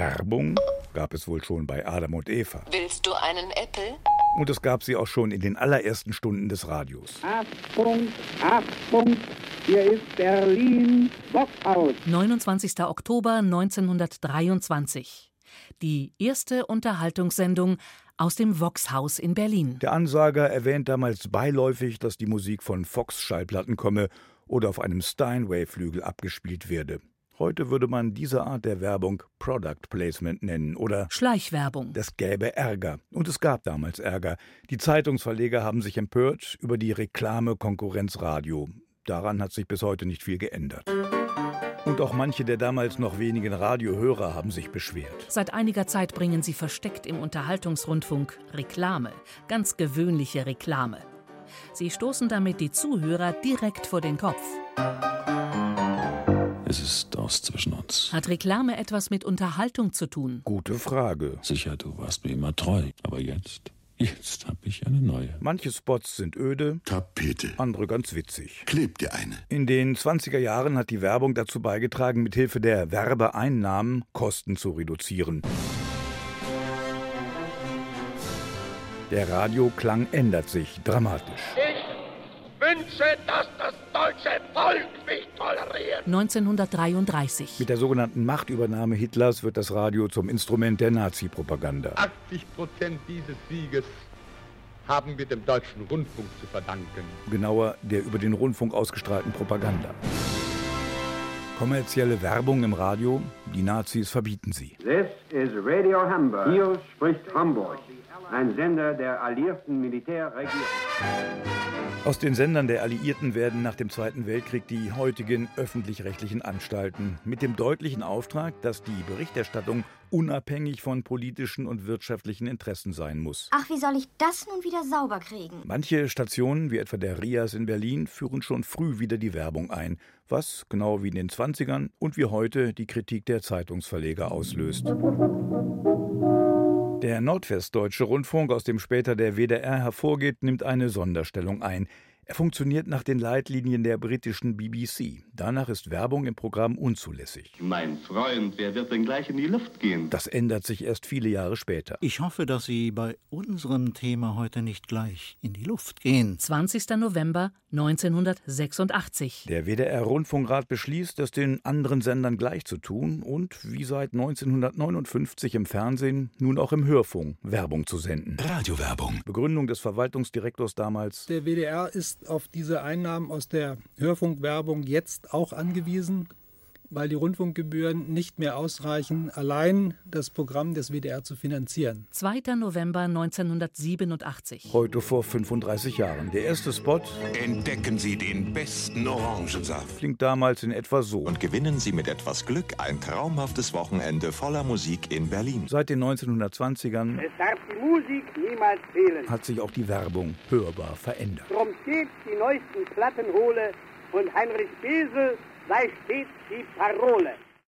Werbung gab es wohl schon bei Adam und Eva. Willst du einen Apple? Und es gab sie auch schon in den allerersten Stunden des Radios. Achtung, Achtung, hier ist Berlin, Lockout. 29. Oktober 1923. Die erste Unterhaltungssendung aus dem Vox-Haus in Berlin. Der Ansager erwähnt damals beiläufig, dass die Musik von Fox-Schallplatten komme oder auf einem Steinway-Flügel abgespielt werde. Heute würde man diese Art der Werbung Product Placement nennen oder Schleichwerbung. das gäbe Ärger. Und es gab damals Ärger. Die Zeitungsverleger haben sich empört über die Reklame Konkurrenz Radio. Daran hat sich bis heute nicht viel geändert. Und auch manche der damals noch wenigen Radiohörer haben sich beschwert. Seit einiger Zeit bringen sie versteckt im Unterhaltungsrundfunk Reklame, ganz gewöhnliche Reklame. Sie stoßen damit die Zuhörer direkt vor den Kopf. Es ist aus zwischen uns. Hat Reklame etwas mit Unterhaltung zu tun? Gute Frage. Sicher, du warst mir immer treu. Aber jetzt, jetzt habe ich eine neue. Manche Spots sind öde, Tapete. andere ganz witzig. Kleb dir eine. In den 20er Jahren hat die Werbung dazu beigetragen, mithilfe der Werbeeinnahmen Kosten zu reduzieren. Der Radioklang ändert sich dramatisch. Ich wünsche, dass das deutsche Volk mich toleriert. 1933. Mit der sogenannten Machtübernahme Hitlers wird das Radio zum Instrument der Nazi-Propaganda. 80 Prozent dieses Sieges haben wir dem deutschen Rundfunk zu verdanken. Genauer der über den Rundfunk ausgestrahlten Propaganda. Kommerzielle Werbung im Radio, die Nazis verbieten sie. This is Radio Hamburg. Hier spricht Hamburg, ein Sender der alliierten Militärregierung. Aus den Sendern der Alliierten werden nach dem Zweiten Weltkrieg die heutigen öffentlich-rechtlichen Anstalten mit dem deutlichen Auftrag, dass die Berichterstattung unabhängig von politischen und wirtschaftlichen Interessen sein muss. Ach, wie soll ich das nun wieder sauber kriegen? Manche Stationen, wie etwa der RIAS in Berlin, führen schon früh wieder die Werbung ein, was, genau wie in den 20ern und wie heute, die Kritik der Zeitungsverleger auslöst. Der Nordwestdeutsche Rundfunk, aus dem später der WDR hervorgeht, nimmt eine Sonderstellung ein. Er funktioniert nach den Leitlinien der britischen BBC. Danach ist Werbung im Programm unzulässig. Mein Freund, wer wird denn gleich in die Luft gehen? Das ändert sich erst viele Jahre später. Ich hoffe, dass Sie bei unserem Thema heute nicht gleich in die Luft gehen. 20. November 1986. Der WDR-Rundfunkrat beschließt, das den anderen Sendern gleich zu tun und wie seit 1959 im Fernsehen nun auch im Hörfunk Werbung zu senden. Radiowerbung. Begründung des Verwaltungsdirektors damals. Der WDR ist auf diese Einnahmen aus der Hörfunkwerbung jetzt auch angewiesen, weil die Rundfunkgebühren nicht mehr ausreichen, allein das Programm des WDR zu finanzieren. 2. November 1987. Heute vor 35 Jahren. Der erste Spot Entdecken Sie den besten Orangensaft. klingt damals in etwa so. gewinnen Sie mit etwas Glück ein traumhaftes Wochenende voller Musik in Berlin. Seit den 1920ern Es darf die Musik niemals fehlen. hat sich auch die Werbung hörbar verändert. Drum stets die neuesten Platten hole und Heinrich Besel sei stets die Parole.